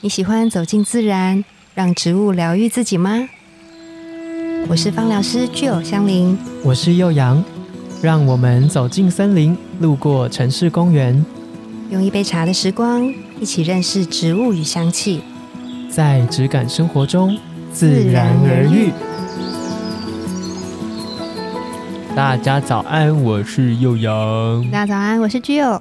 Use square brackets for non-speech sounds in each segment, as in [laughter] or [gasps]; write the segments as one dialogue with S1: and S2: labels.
S1: 你喜欢走进自然，让植物疗愈自己吗？我是芳疗师具有香林，
S2: 我是幼阳，让我们走进森林，路过城市公园，
S1: 用一杯茶的时光，一起认识植物与香气。
S2: 在质感生活中自然而愈。大家早安，我是幼阳。
S1: 大家早安，我是具有。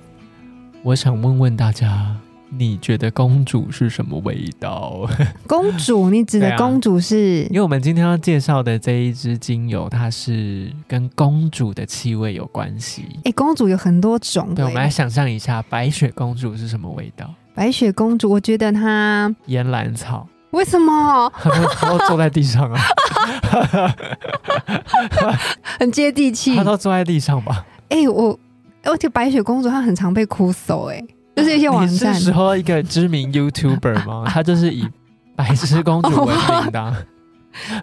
S2: 我想问问大家，你觉得公主是什么味 [laughs] 道？
S1: 公主，你指
S2: 对
S1: 的
S2: 啊
S1: 公主是？
S2: 因为我们今天要介绍的这一支精油，它是跟公主的气味有关系。
S1: 哎、公主有很多种、
S2: 嗯对，我们来
S1: 诶
S2: 想象一下，白雪公主是什么味道？
S1: 白雪公主，我觉得她
S2: 岩兰草， [laughs]
S1: 为什么
S2: 她都她都坐在地上啊，
S1: 很接地气
S2: 她？都坐在地上吧？
S1: 哎、我，而且白雪公主她很常被哭搜、诶哎，就是一些网
S2: 你
S1: 站
S2: 是说一个知名 YouTuber
S1: [laughs]
S2: 吗？他就是以白雪公主闻名的
S1: 哦
S2: 啊、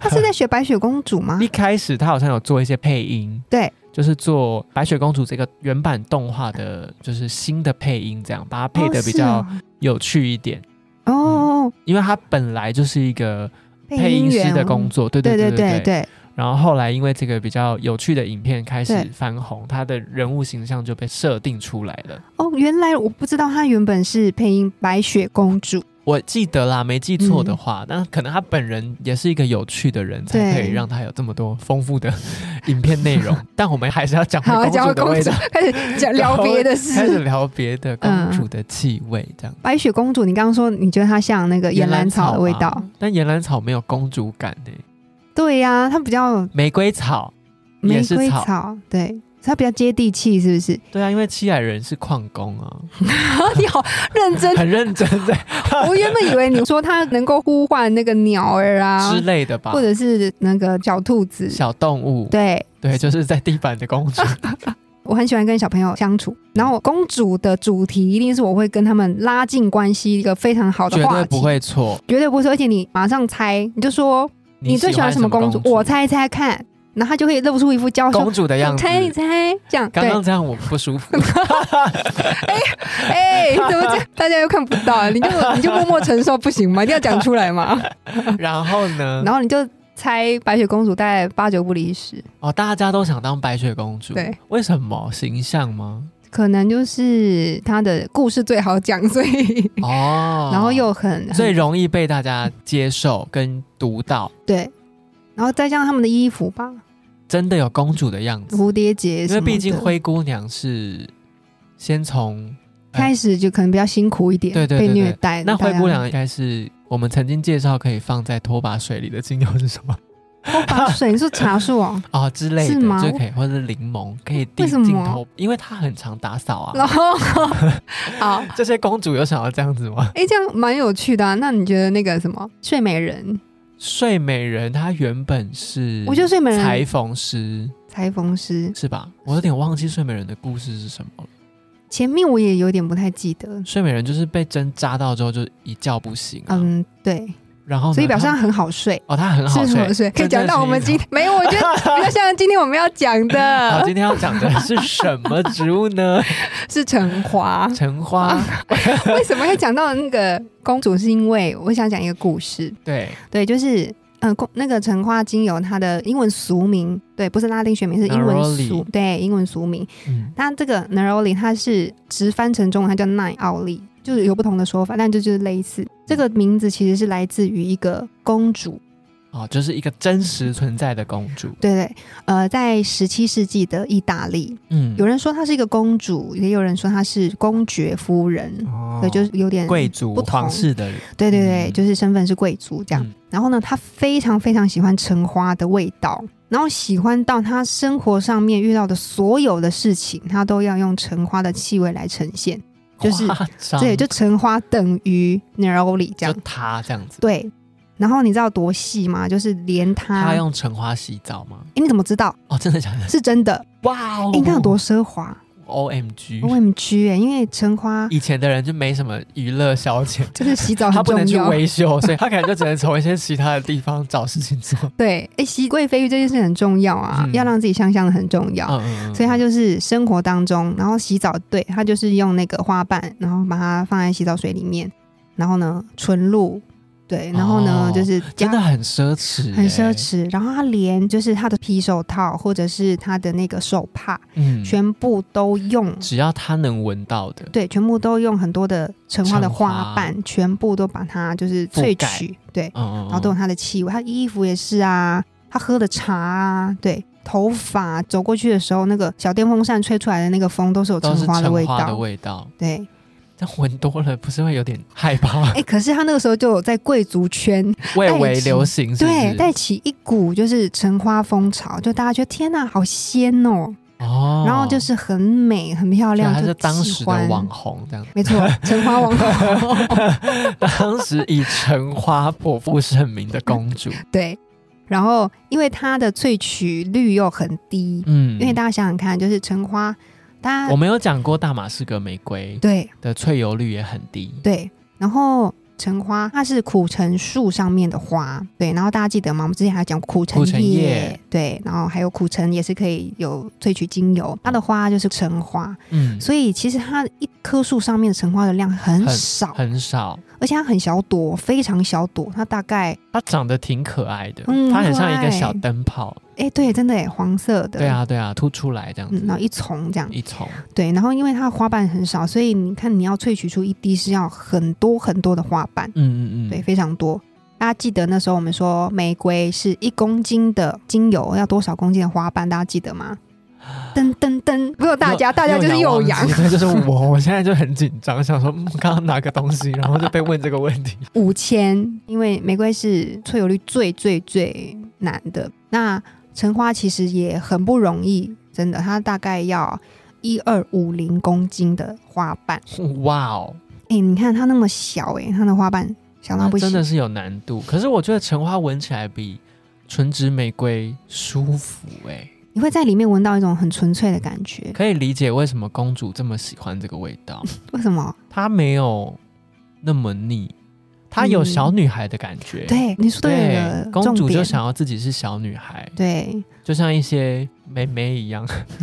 S1: 她是在学白雪公主吗
S2: 一？开始他好像有做一些配音，
S1: 对，
S2: 就是做白雪公主这个原版动画的，就是新的配音，这样把它配的比较
S1: 哦
S2: 有趣一点。
S1: 是哦哦，哦
S2: 因为他本来就是一个嗯配
S1: 音
S2: 音师
S1: 员
S2: 的
S1: 哦
S2: 工作，对
S1: 对对
S2: 对对对
S1: 对对，
S2: 然后后来因为这个比较有趣的影片开始
S1: 对
S2: 翻红，他的人物形象就被设定出来了。
S1: 哦，原来我不知道她原本是配音白雪公
S2: [laughs]
S1: 主，
S2: 我记得啦，没记错的
S1: 嗯
S2: 话，但可能他本人也是一个有趣的人，才
S1: 对
S2: 可以让他有这么多丰富的 [laughs] 影片内
S1: [laughs]
S2: 容。但我们还是要讲回
S1: 好，
S2: 公
S1: 讲
S2: 主
S1: 回
S2: 的
S1: 公
S2: 味
S1: 主
S2: 道，
S1: 开始讲聊别的
S2: [laughs] 开始
S1: 事。
S2: 聊别的公主的气味，这样。
S1: 白雪公主，你刚刚说你觉得她像那个岩兰草的味道
S2: 吧，，但岩兰草没有公主感呢、
S1: 对呀、她比较
S2: 玫瑰草，也
S1: 玫
S2: 是
S1: 瑰
S2: 草
S1: 草，对，她比较接地气，是不
S2: [laughs]
S1: 是？
S2: 对啊，因为七矮人是矿工
S1: [laughs]
S2: 啊，
S1: 你好认真，
S2: 很认真在
S1: 我原本以为你说她能够呼唤那个鸟儿啊
S2: 之，类的吧
S1: 或，者是那个小兔子，
S2: 小动物，
S1: 对。
S2: 对，就是在地板的公主，
S1: 我很喜欢跟小朋友相处，然后公主的主题一定是我会跟他们拉近关系一个非常好的
S2: 绝
S1: 话
S2: 对
S1: 题，
S2: 不会错。
S1: 绝对不会说，而且你马上猜，你就说你最喜欢什么公
S2: 主？
S1: 我猜猜看，然后他就会露出一副娇羞
S2: 公。主的样 [laughs]
S1: 你
S2: 子。
S1: 猜，你猜，这样
S2: 刚 [laughs]
S1: 对
S2: 刚，这样我不舒服，
S1: 哎、怎么这
S2: [laughs]
S1: 样？大家又看不到，你就你就默默承受不行吗？一定要讲出来
S2: [laughs]
S1: 嘛。
S2: 然后呢？
S1: 然后你就猜白雪公主大概八九不离十，
S2: 哦，大家都想当白雪公主，
S1: 对，
S2: 为什么形
S1: [laughs]
S2: 象吗？
S1: 可能就是她的故事最好讲，所以，
S2: 哦
S1: 然后又很
S2: 最
S1: 很
S2: 容易被大家接受跟读到，
S1: 对，然后再加上他们的衣服吧，
S2: 真的有公主的样子，
S1: 蝴蝶结
S2: 嗯因
S1: 什么
S2: 为
S1: 的，
S2: 毕竟灰姑娘是先从
S1: 开始就可能比较辛苦一点，
S2: 对对对
S1: 被虐
S2: 对
S1: 待。
S2: 那灰
S1: 大家
S2: 姑娘应该是我们曾经介绍可以放在拖把水里的精油是什么 [laughs]
S1: 把水你说茶树哦，
S2: 哦之类的，
S1: 是吗
S2: 就可以或者是柠檬可以滴
S1: 为什么
S2: 进头，因为她很常打扫啊
S1: 然。后好，
S2: [laughs] 这些公主有想要这样子吗？
S1: 哎，这样蛮有趣的、啊。那你觉得那个什么睡美人？
S2: 睡美人她原本是
S1: 我觉得睡美
S2: 裁
S1: 人
S2: 缝师
S1: 裁缝师
S2: 是吧？我有点忘记睡美人的故事是什么了。
S1: 前面我也有点不太记得。
S2: 睡美人就是被针扎到之后就一觉不醒、啊，
S1: 嗯，对，
S2: 然后呢
S1: 所以表示
S2: 她
S1: 它很好睡，
S2: 哦，她哦
S1: 是
S2: 很好
S1: 不是
S2: 睡，
S1: 很好睡，可以
S2: 真
S1: 讲
S2: 的
S1: 到
S2: 是
S1: 我们
S2: 一
S1: 今
S2: 种
S1: 没有，我觉得比较像今天我们要讲
S2: [laughs] 好，
S1: 的
S2: 今天要讲的是什么植物
S1: [laughs]
S2: 呢？
S1: 是橙
S2: [laughs]
S1: 花。
S2: 橙
S1: 哦
S2: 花，
S1: 为什么要讲到那个公主？是因为我想讲一个故事。
S2: 对，
S1: 对，就是嗯，公那个橙花精油，它的英文俗名，对，不是拉丁学名，是英文
S2: Neroli
S1: 俗，对，英文俗名。
S2: 嗯，
S1: 那这个 neroli 它是直翻成中文，它叫奈奥利，就是有不同的说法，但这就是类似。这个名字其实是来自于一个公主，
S2: 哦，就是一个真实存在的公主，
S1: 对对，呃，在十七世纪的意大利，
S2: 嗯，
S1: 有人说她是一个公主，也有人说她是公爵夫人，
S2: 哦
S1: 对，就是有点
S2: 贵族
S1: 不同
S2: 皇室的人，
S1: 对对对，
S2: 嗯
S1: 就是身份是贵族这样。
S2: 嗯
S1: 然后呢，他非常非常喜欢橙花的味道，然后喜欢到他生活上面遇到的所有的事情，他都要用橙花的气味来呈现。就是
S2: 夸张
S1: 对，就橙花等于 neroli 这
S2: 就
S1: 样。
S2: 她这样子，
S1: 对，然后你知道多细吗？就是连他，
S2: 她
S1: 哎、
S2: 用橙花洗澡吗？
S1: 你怎么知道
S2: 哦，真的假的？
S1: 是真的？
S2: 哇哦
S1: 哎、，你看有多奢华
S2: O M G，
S1: ，OMG 哎、因为橙花
S2: 以前的人就没什么娱乐消遣。
S1: 就是洗澡
S2: 他
S1: 很
S2: 不能
S1: 重
S2: 去
S1: 要。
S2: 维修，所以他可能就只能从一些其他的地方找事情
S1: [laughs]
S2: 做。
S1: 对，哎、洗贵妃浴这件事很重要啊，
S2: 嗯
S1: 要让自己香香的很重要。
S2: 嗯嗯，嗯
S1: 所以他就是生活当中，然后洗澡，对他就是用那个花瓣，然后把它放在洗澡水里面，然后呢纯露，对，然后呢、
S2: 哦
S1: 就是
S2: 真
S1: 加
S2: 的很奢侈、欸
S1: 很奢，侈，然后它连就是它的皮手套或者是它的那个手帕，
S2: 嗯，
S1: 全部都用，
S2: 只要他能闻到的，
S1: 对，全部都用很多的橙花的
S2: 橙花
S1: 花瓣，全部都把它就是
S2: 覆
S1: 萃
S2: 盖
S1: 取，对，
S2: 嗯，嗯
S1: 然后都有它的气味，它衣服也是啊，他喝的茶啊，对，头发走过去的时候，那个小电风扇吹出来的那个风都是有
S2: 都
S1: 橙
S2: 是
S1: 花的
S2: 橙
S1: 味
S2: 花的
S1: 道，
S2: 味道，
S1: 对，
S2: 但闻多了不是会有点害
S1: [laughs]
S2: 怕
S1: 哎、？可是他那个时候就有在贵族圈，
S2: 蔚
S1: 带
S2: 为
S1: 起
S2: 流行， [laughs] 是不
S1: 对，
S2: 是？
S1: 带起一股就是橙花风潮，就大家觉得天哪、好鲜哦，
S2: 哦，
S1: 然后就是很美、很漂
S2: 所以
S1: 亮，
S2: 他
S1: 就是
S2: 当时
S1: 喜
S2: 的
S1: 欢
S2: 网红这样，
S1: 没
S2: [laughs]
S1: 错，橙花王 [laughs] 后。
S2: 当时以橙花颇负盛名的公主，
S1: 对，然后因为它的萃取率又很低，
S2: 嗯，
S1: 因为大家想想看，就是橙花，大
S2: 我
S1: 家
S2: 们有讲过大马士革玫瑰
S1: 对
S2: 的萃油率也很低，
S1: 对，然后橙花它是苦橙树上面的花，对，然后大家记得吗？我们之前还讲苦橙
S2: 苦橙叶
S1: 对，然后还有苦橙也是可以有萃取精油，它的花就是橙花，
S2: 嗯，
S1: 所以其实它一棵树上面的橙花的量很少，
S2: 很少。
S1: 而且它很小朵，非常小朵，它大概
S2: 它长得挺可爱的，
S1: 嗯
S2: 它很像一
S1: 很可
S2: 个
S1: 爱
S2: 小灯泡，
S1: 哎，对，真的哎，黄色的，
S2: 对，啊对啊，凸出来这样子
S1: 嗯，，然后一丛这样。[laughs]
S2: 一丛，
S1: 对，然后因为它的花瓣很少，所以你看你要萃取出一滴是要很多很多的花瓣，
S2: 嗯嗯嗯，
S1: 对，，非常多。大家记得那时候我们说玫瑰是一公斤的精油要多少公斤的花瓣，大家记得吗？ [gasps] 噔噔噔，不用大家，大家 [laughs] 就是
S2: 又
S1: 幼阳
S2: 对，就是我，我现在就很紧张，想说，嗯，刚刚拿个东西，然后就被问这个问题， [laughs]
S1: 五千，因为玫瑰是萃油率最最最难的。那橙花其实也很不容易，真的，它大概要一二五零公斤的花瓣。
S2: 哇哦，
S1: 哎、你看它那么小、诶，哎，它的花瓣小到
S2: 那
S1: 不行
S2: 真。的是有难度。可是我觉得橙花闻起来比纯植玫瑰舒服、欸，
S1: 你会在里面闻到一种很纯粹的感觉。
S2: 可以理解为什么公主这么喜欢这个味道，
S1: 为什么？
S2: 它没有那么腻，它有
S1: 嗯
S2: 小女孩的感觉，
S1: 对，你说对了，
S2: 对，公
S1: 重
S2: 主
S1: 点
S2: 就想要自己是小女孩，
S1: 对
S2: 就像一些妹妹一样， [laughs]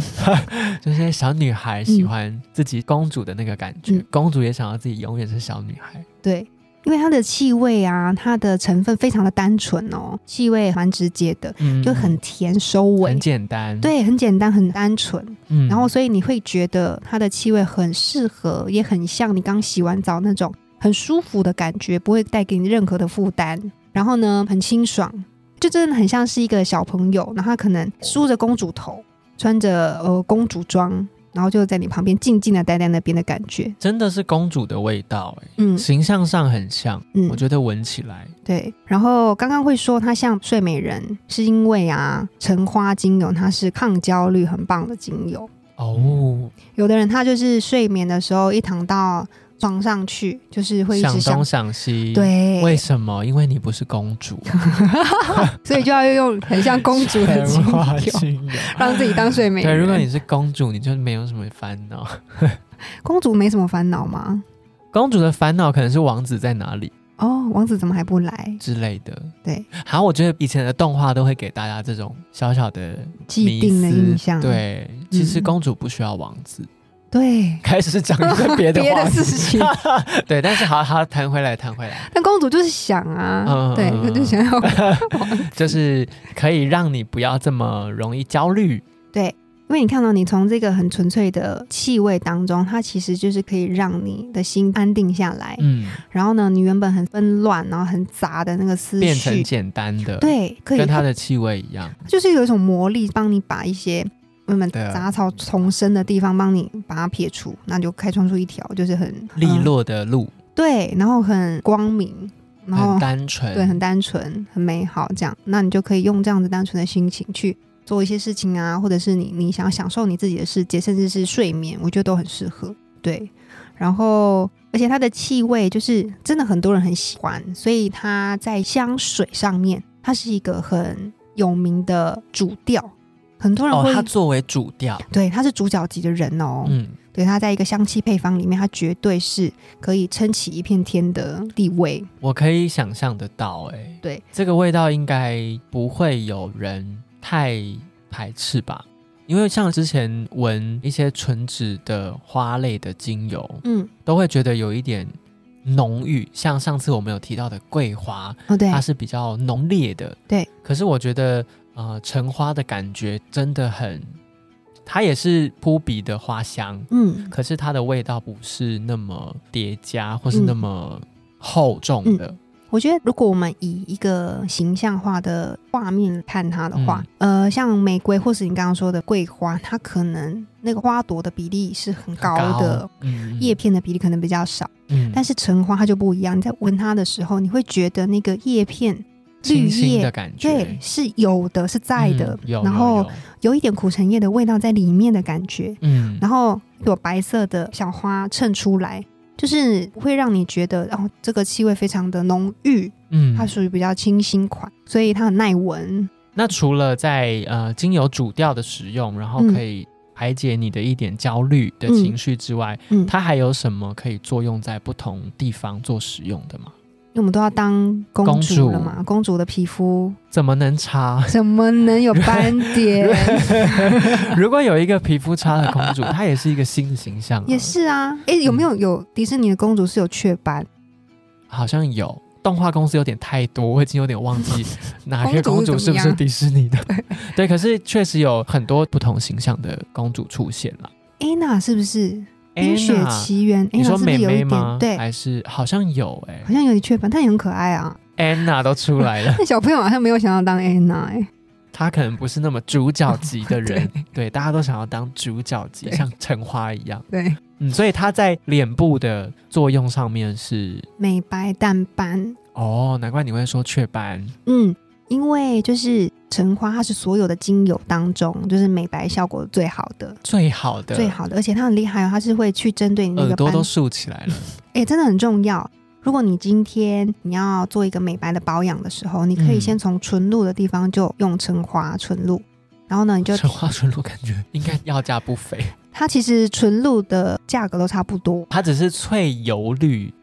S2: 就是小女孩喜欢自己公主的那个感觉，
S1: 嗯
S2: 公主也想要自己永远是小女孩。
S1: 对，因为它的气味啊，它的成分非常的单纯哦，气味蛮直接的，
S2: 嗯
S1: 就很甜收尾
S2: 很，简单，，
S1: 对，很简单，很单纯。
S2: 嗯
S1: 然后所以你会觉得它的气味很适合，也很像你刚洗完澡那种很舒服的感觉，不会带给你任何的负担。然后呢，很清爽，就真的很像是一个小朋友，然后他可能梳着公主头，穿着呃公主装，然后就在你旁边静静的待在那边的感觉。
S2: 真的是公主的味道、欸，
S1: 嗯
S2: 形象上很像，
S1: 嗯
S2: 我觉得闻起来，
S1: 对。然后刚刚会说它像睡美人，是因为啊，橙花精油它是抗焦虑很棒的精油。
S2: 哦，
S1: 有的人他就是睡眠的时候一躺到床上去，就是会一
S2: 想
S1: 直想
S2: 东，想西，。为
S1: 对，
S2: 什么？因为你不是公
S1: [laughs]
S2: 主，
S1: 所以就要用很像公主
S2: [laughs]
S1: 的精
S2: 神话
S1: 油，
S2: 精油
S1: 让自己当睡美
S2: 对，
S1: 人。
S2: 如果你是公主，你就没有什么烦恼。
S1: 公主没什么烦恼吗？
S2: 公主的烦恼可能是王子在哪里
S1: 哦，王子怎么还不来？
S2: 之类的。
S1: 对，
S2: 好，我觉得以前的动画都会给大家这种小小的
S1: 既定的
S2: 迷思
S1: 印象，嗯
S2: 对，其实公主不需要王子，
S1: 对，
S2: 开始讲一些别的
S1: 别
S2: 话
S1: 的
S2: 题
S1: 事情，
S2: [laughs] 对，但是好好谈回来，谈
S1: [laughs]
S2: 回来，
S1: 那公主就是想啊
S2: 嗯，
S1: 对，她就
S2: [laughs]
S1: 想要 [laughs]
S2: 就是可以让你不要这么容易焦虑。
S1: 因为你看到你从这个很纯粹的气味当中，它其实就是可以让你的心安定下来。
S2: 嗯，
S1: 然后呢，你原本很纷乱，然后很杂的那个思
S2: 变成
S1: 绪，
S2: 简单的，，
S1: 对，嗯可以
S2: 跟，它的气味一样。
S1: 就是有一种魔力，帮你把一些原本
S2: 对啊
S1: 杂草丛生的地方，帮你把它撇除，那就开创出一条就是很
S2: 利、
S1: 嗯
S2: 落的路，
S1: 对，然后很光明，然后
S2: 很单纯，
S1: 哦对，很单纯，很美好，这样，那你就可以用这样子单纯的心情去做一些事情啊，或者是你你想享受你自己的世界，甚至是睡眠，我觉得都很适合。对，然后而且它的气味就是真的很多人很喜欢，所以它在香水上面，它是一个很有名的主调，很多人
S2: 哦
S1: 会、，
S2: 它作为主调，
S1: 对他是主角级的人哦，
S2: 嗯，
S1: 对他在一个香气配方里面，他绝对是可以撑起一片天的地位。
S2: 我可以想象得到、哎，
S1: 对，
S2: 这个味道应该不会有人太排斥吧？因为像之前闻一些纯植的花类的精油，
S1: 嗯，
S2: 都会觉得有一点浓郁，像上次我们有提到的桂花，
S1: 哦，对
S2: 它是比较浓烈的。
S1: 对，
S2: 可是我觉得呃，橙花的感觉真的很，它也是扑鼻的花香，
S1: 嗯
S2: 可是它的味道不是那么叠加或是
S1: 嗯
S2: 那么厚重的。
S1: 我觉得，如果我们以一个形象化的画面看它的话，
S2: 嗯
S1: 呃，像玫瑰或是你刚刚说的桂花，它可能那个花朵的比例是很高的，
S2: 嗯，嗯
S1: 叶，片的比例可能比较少。
S2: 嗯
S1: 但是橙花它就不一样，你在闻它的时候，你会觉得那个叶片绿
S2: 清新的
S1: 叶。
S2: 感觉，
S1: 对，是有的，是在的
S2: 嗯，有，
S1: 然
S2: 有
S1: 后
S2: 有
S1: 有一点苦橙叶的味道在里面的感觉，
S2: 嗯，
S1: 然后一朵白色的小花衬出来，就是不会让你觉得哦，这个气味非常的浓郁，
S2: 嗯，
S1: 它属于比较清新款，所以它很耐闻。
S2: 那除了在呃精油主调的使用，然后
S1: 嗯
S2: 可以排解你的一点焦虑的情绪之外，
S1: 嗯，
S2: 它还有什么可以作用在不同地方做使用的吗？
S1: 因为我们都要当公主了嘛，公主的皮肤
S2: 怎么能差？ [laughs]
S1: 怎么能有斑点？
S2: 如果有一个皮肤差的公主，她也是一个新的形象、啊，
S1: 也是啊，哎，有
S2: 嗯
S1: 没有有迪士尼的公主是有雀斑？
S2: 好像有。动画公司有点太多，我已经有点忘
S1: [laughs]
S2: 记哪些
S1: 公
S2: 公
S1: 主
S2: 主
S1: 是
S2: 是
S1: 怎么
S2: 不
S1: 样
S2: 是迪士尼的。 [laughs] 对，可是确实有很多不同形象的公主出现了。
S1: 安娜是不是？冰雪
S2: Anna，
S1: 奇缘，安
S2: 你
S1: 娜
S2: 说
S1: 是不
S2: 美
S1: 是有一
S2: 眉
S1: 点？
S2: 吗？
S1: 对，
S2: 还是好像有哎、
S1: 好像有点雀斑，但也很可爱啊。
S2: Anna 都出来
S1: [laughs]
S2: 了，
S1: 那小朋友好像没有想要当安娜哎。
S2: 她可能不是那么主角级的
S1: [laughs]
S2: 人，对，大家都想要当主角级，
S1: 对
S2: 像橙花一样，
S1: 对，
S2: 嗯，所以她在脸部的作用上面是，
S1: 美白淡斑，
S2: 哦，难怪你会说雀斑，
S1: 嗯，因为就是橙花，它是所有的精油当中，就是美白效果最好的，
S2: 最好的，
S1: 最好的，而且它很厉害哦，它是会去针对你那
S2: 耳
S1: 个
S2: 朵
S1: 斑
S2: 都，竖起来了，
S1: 哎、真的很重要。如果你今天你要做一个美白的保养的时候，你可以
S2: 嗯
S1: 先从纯露的地方就用橙花纯露，然后呢，
S2: [laughs]
S1: 你就
S2: 橙花纯露感觉 [laughs] 应该要价不菲，
S1: 它其实纯露的价格都差不多，
S2: 它只是翠油率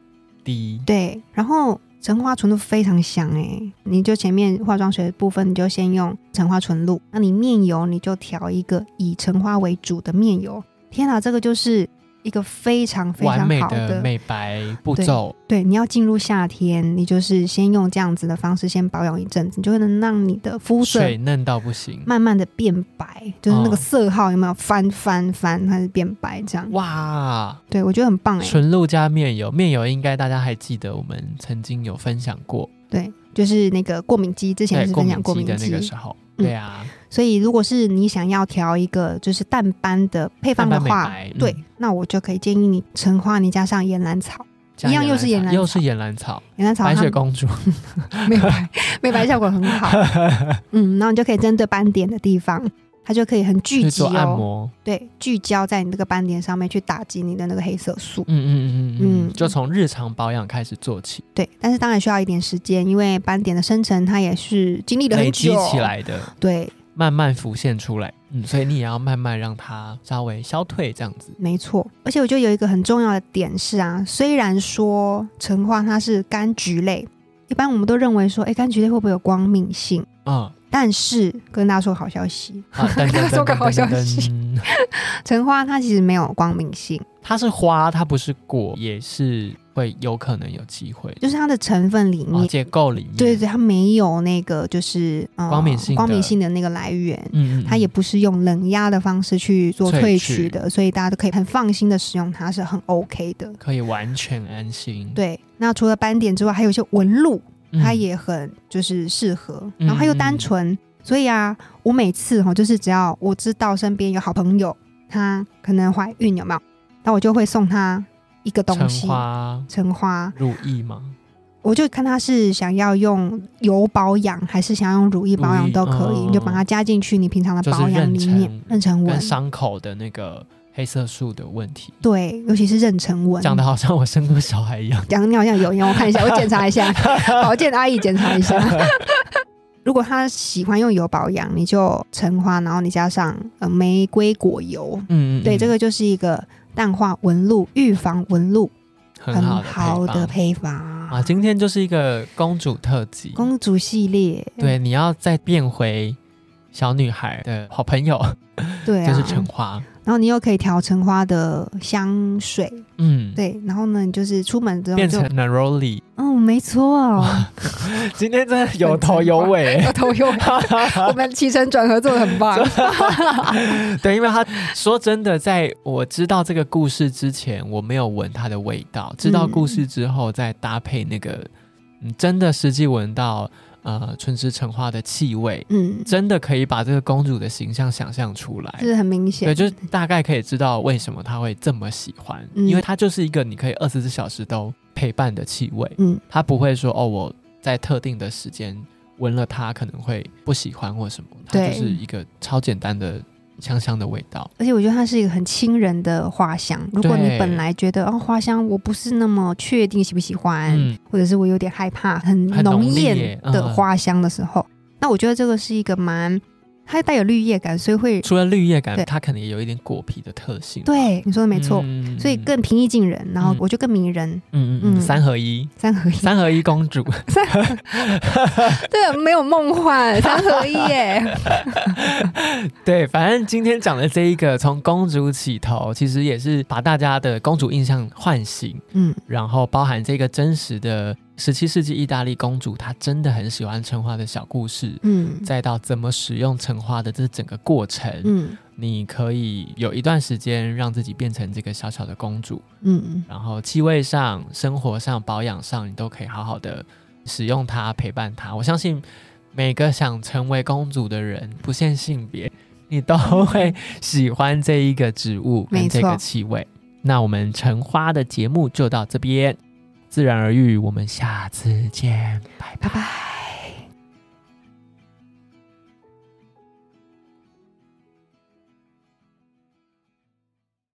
S2: 低，
S1: 对，然后橙花纯露非常香哎、你就前面化妆水的部分，你就先用橙花纯露，那你面油你就调一个以橙花为主的面油。天啊，这个就是一个非常非
S2: 完
S1: 常
S2: 美
S1: 好
S2: 的美白步骤，
S1: 对，你要进入夏天，你就是先用这样子的方式先保养一阵子，你就能让你的肤色
S2: 水嫩到不行，
S1: 慢慢的变白，就是那个
S2: 哦
S1: 色号有没有翻翻翻，它是变白这样。
S2: 哇，
S1: 对，我觉得很棒哎、
S2: 纯露加面油，面油应该大家还记得，我们曾经有分享过，
S1: 对，就是那个过敏肌，之前
S2: 对
S1: 是
S2: 哎过
S1: 分享
S2: 敏
S1: 过
S2: 肌
S1: 敏
S2: 的
S1: 肌
S2: 那个时候，
S1: 嗯
S2: 对啊，
S1: 所以，如果是你想要调一个就是淡斑的配方的
S2: 淡
S1: 话，
S2: 斑美白
S1: 对
S2: 嗯，
S1: 那我就可以建议你橙花，你加上岩兰草，
S2: 加
S1: 一样又是岩兰草
S2: 又是岩兰草，
S1: 岩兰草
S2: 白
S1: 它
S2: 雪公主，
S1: 美白美白效果很
S2: [laughs]
S1: 好。嗯，然后你就可以针对斑点的地方，它就可以很聚集
S2: 去做按
S1: 哦，
S2: 摩，
S1: 对，聚焦在你这个斑点上面去打击你的那个黑色素。
S2: 嗯嗯嗯
S1: 嗯
S2: 嗯，就从日常保养开始做起，
S1: 对，但是当然需要一点时间，因为斑点的生成它也是经历了很
S2: 累积
S1: 久
S2: 起。来的，
S1: 对，
S2: 慢慢浮现出来，嗯，所以你也要慢慢让它稍微消退，这样子，
S1: 没错，而且我觉得有一个很重要的点是啊，虽然说橙花它是柑橘类，一般我们都认为说，哎，柑橘类会不会有光敏性？
S2: 嗯
S1: 但是跟大家说个好消息，
S2: 啊，等
S1: [laughs] 跟
S2: 等
S1: 他说
S2: 等
S1: 个
S2: 等
S1: 好消息
S2: 等，
S1: 橙花它其实没有光敏性，
S2: 它是花，它不是果，也是会有可能有机会。
S1: 就是它的成分里面，
S2: 哦，结构里面，
S1: 对对，它没有那个就是、呃
S2: 光敏性的
S1: 光敏性的那个来源。
S2: 嗯，嗯嗯，
S1: 它也不是用冷压的方式去做萃
S2: 萃
S1: 取
S2: 取
S1: 的，所以大家都可以很放心的使用它，是很 OK 的。
S2: 可以完全安心，
S1: 对，那除了斑点之外，还有一些纹路，
S2: 嗯，
S1: 它也很就是适合，
S2: 嗯
S1: 然后它又单纯，所以啊，我每次哈，就是只要我知道身边有好朋友她可能怀孕有没有，那我就会送她一个东
S2: 橙
S1: 西，
S2: 花
S1: 橙花，
S2: 乳液吗？
S1: 我就看她是想要用油保养还是想要用乳液保
S2: 乳
S1: 养
S2: 液
S1: 都可以，
S2: 嗯
S1: 你就把它加进去你平常的保养里面，
S2: 就是
S1: 妊娠纹
S2: 跟，伤口的那个黑色素的问题，
S1: 对，尤其是妊娠纹。
S2: 讲的好像我生过小孩一样。
S1: 讲你好像有，让我看一下，我检查一
S2: [laughs]
S1: 下，保健阿姨检查一下。 [laughs] 如果她喜欢用油保养，你就橙花，然后你加上呃玫瑰果油，
S2: 嗯嗯，
S1: [laughs] 对，
S2: 嗯
S1: 这个就是一淡化纹路、预防纹路
S2: 很
S1: 好
S2: 好的配
S1: 的
S2: 方
S1: 配方
S2: 啊，今天就是一个公主特辑，
S1: 公主系列，
S2: 对，你要再变回小女孩的好朋友，
S1: 对啊，
S2: 就是橙花，
S1: 然然后你又可以调橙花的香水，
S2: 嗯，
S1: 对，然后呢，你就是出门之后
S2: 变
S1: 就
S2: 成，Neroli。
S1: 嗯，没错，
S2: [laughs] 今天真的有头有尾，
S1: 头有，我们起承转合做的很棒，
S2: [laughs] 对，因为他说真的，在我知道这个故事之前，我没有闻它的味道，知道故事之后再搭配那个，嗯，真的实际闻到呃春之橙花的气味，
S1: 嗯，
S2: 真的可以把这个公主的形象想象出来。
S1: 是很明
S2: 对，
S1: 显，
S2: 就是大概可以知道为什么她会这么喜欢，
S1: 嗯
S2: 因为它就是一个你可以二十四小时都陪伴的气味，
S1: 嗯
S2: 它不会说哦我在特定的时间闻了它可能会不喜欢或什么，它
S1: 对
S2: 就是一个超简单的香香的味道。
S1: 而且我觉得它是一个很亲人的花香。如果你
S2: 对
S1: 本来觉得哦花香我不是那么确定喜不喜欢，
S2: 嗯
S1: 或者是我有点害怕很
S2: 很浓
S1: 浓
S2: 烈
S1: 艳的
S2: 嗯
S1: 花香的时候，那我觉得这个是一个蛮它带有绿叶感，所以会
S2: 除了绿叶感
S1: 对，
S2: 它可能也有一点果皮的特性。，
S1: 对你说的没错，
S2: 嗯
S1: 所以更平易近人，然后
S2: 嗯
S1: 我就更迷人。
S2: 嗯嗯嗯
S1: 嗯
S2: 三
S1: [laughs]
S2: 合一，
S1: 三合一，
S2: 三合一公主， [laughs]
S1: 对，没有梦幻，三合一
S2: [laughs]
S1: 耶，
S2: 对，反正今天讲的这一个从公主起头，其实也是把大家的公主印象唤醒，
S1: 嗯，
S2: 然后包含这个真实的十七世纪意大利公主，她真的很喜欢橙花的小故事。
S1: 嗯
S2: 再到怎么使用橙花的这整个过程，
S1: 嗯
S2: 你可以有一段时间让自己变成这个小小的公主，
S1: 嗯
S2: 然后气味上、生活上、保养上，你都可以好好的使用它、陪伴它。我相信每个想成为公主的人，不限性别，你都会喜欢这一个植物跟
S1: 嗯没
S2: 这
S1: 错
S2: 个气味。那我们橙花的节目就到这边，自然而愈，我们下次见，拜拜。
S1: 拜拜。